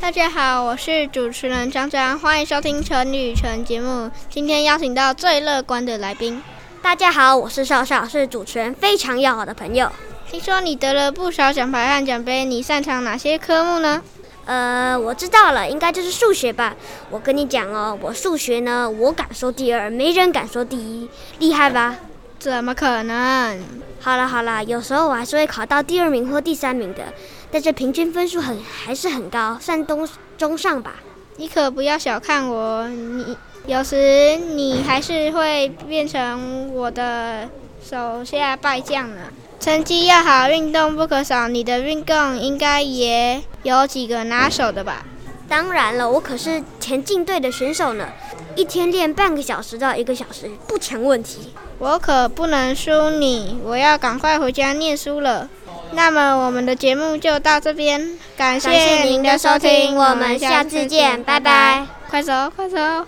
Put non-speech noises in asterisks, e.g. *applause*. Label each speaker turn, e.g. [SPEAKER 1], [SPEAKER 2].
[SPEAKER 1] 大家好，我是主持人张张，欢迎收听《成语成》节目。今天邀请到最乐观的来宾。
[SPEAKER 2] 大家好，我是少少，是主持人非常要好的朋友。
[SPEAKER 1] 听说你得了不少奖牌和奖杯，你擅长哪些科目呢？
[SPEAKER 2] 呃，我知道了，应该就是数学吧。我跟你讲哦，我数学呢，我敢说第二，没人敢说第一，厉害吧？ *laughs*
[SPEAKER 1] 怎么可能？
[SPEAKER 2] 好啦好啦，有时候我还是会考到第二名或第三名的，但是平均分数很还是很高，算中中上吧。
[SPEAKER 1] 你可不要小看我，你有时你还是会变成我的手下败将呢。成绩要好，运动不可少，你的运动应该也有几个拿手的吧？
[SPEAKER 2] 当然了，我可是田径队的选手呢，一天练半个小时到一个小时不成问题。
[SPEAKER 1] 我可不能输你，我要赶快回家念书了。那么我们的节目就到这边，感
[SPEAKER 2] 感谢您的收听，我们下次见，拜拜。
[SPEAKER 1] 快走，快走。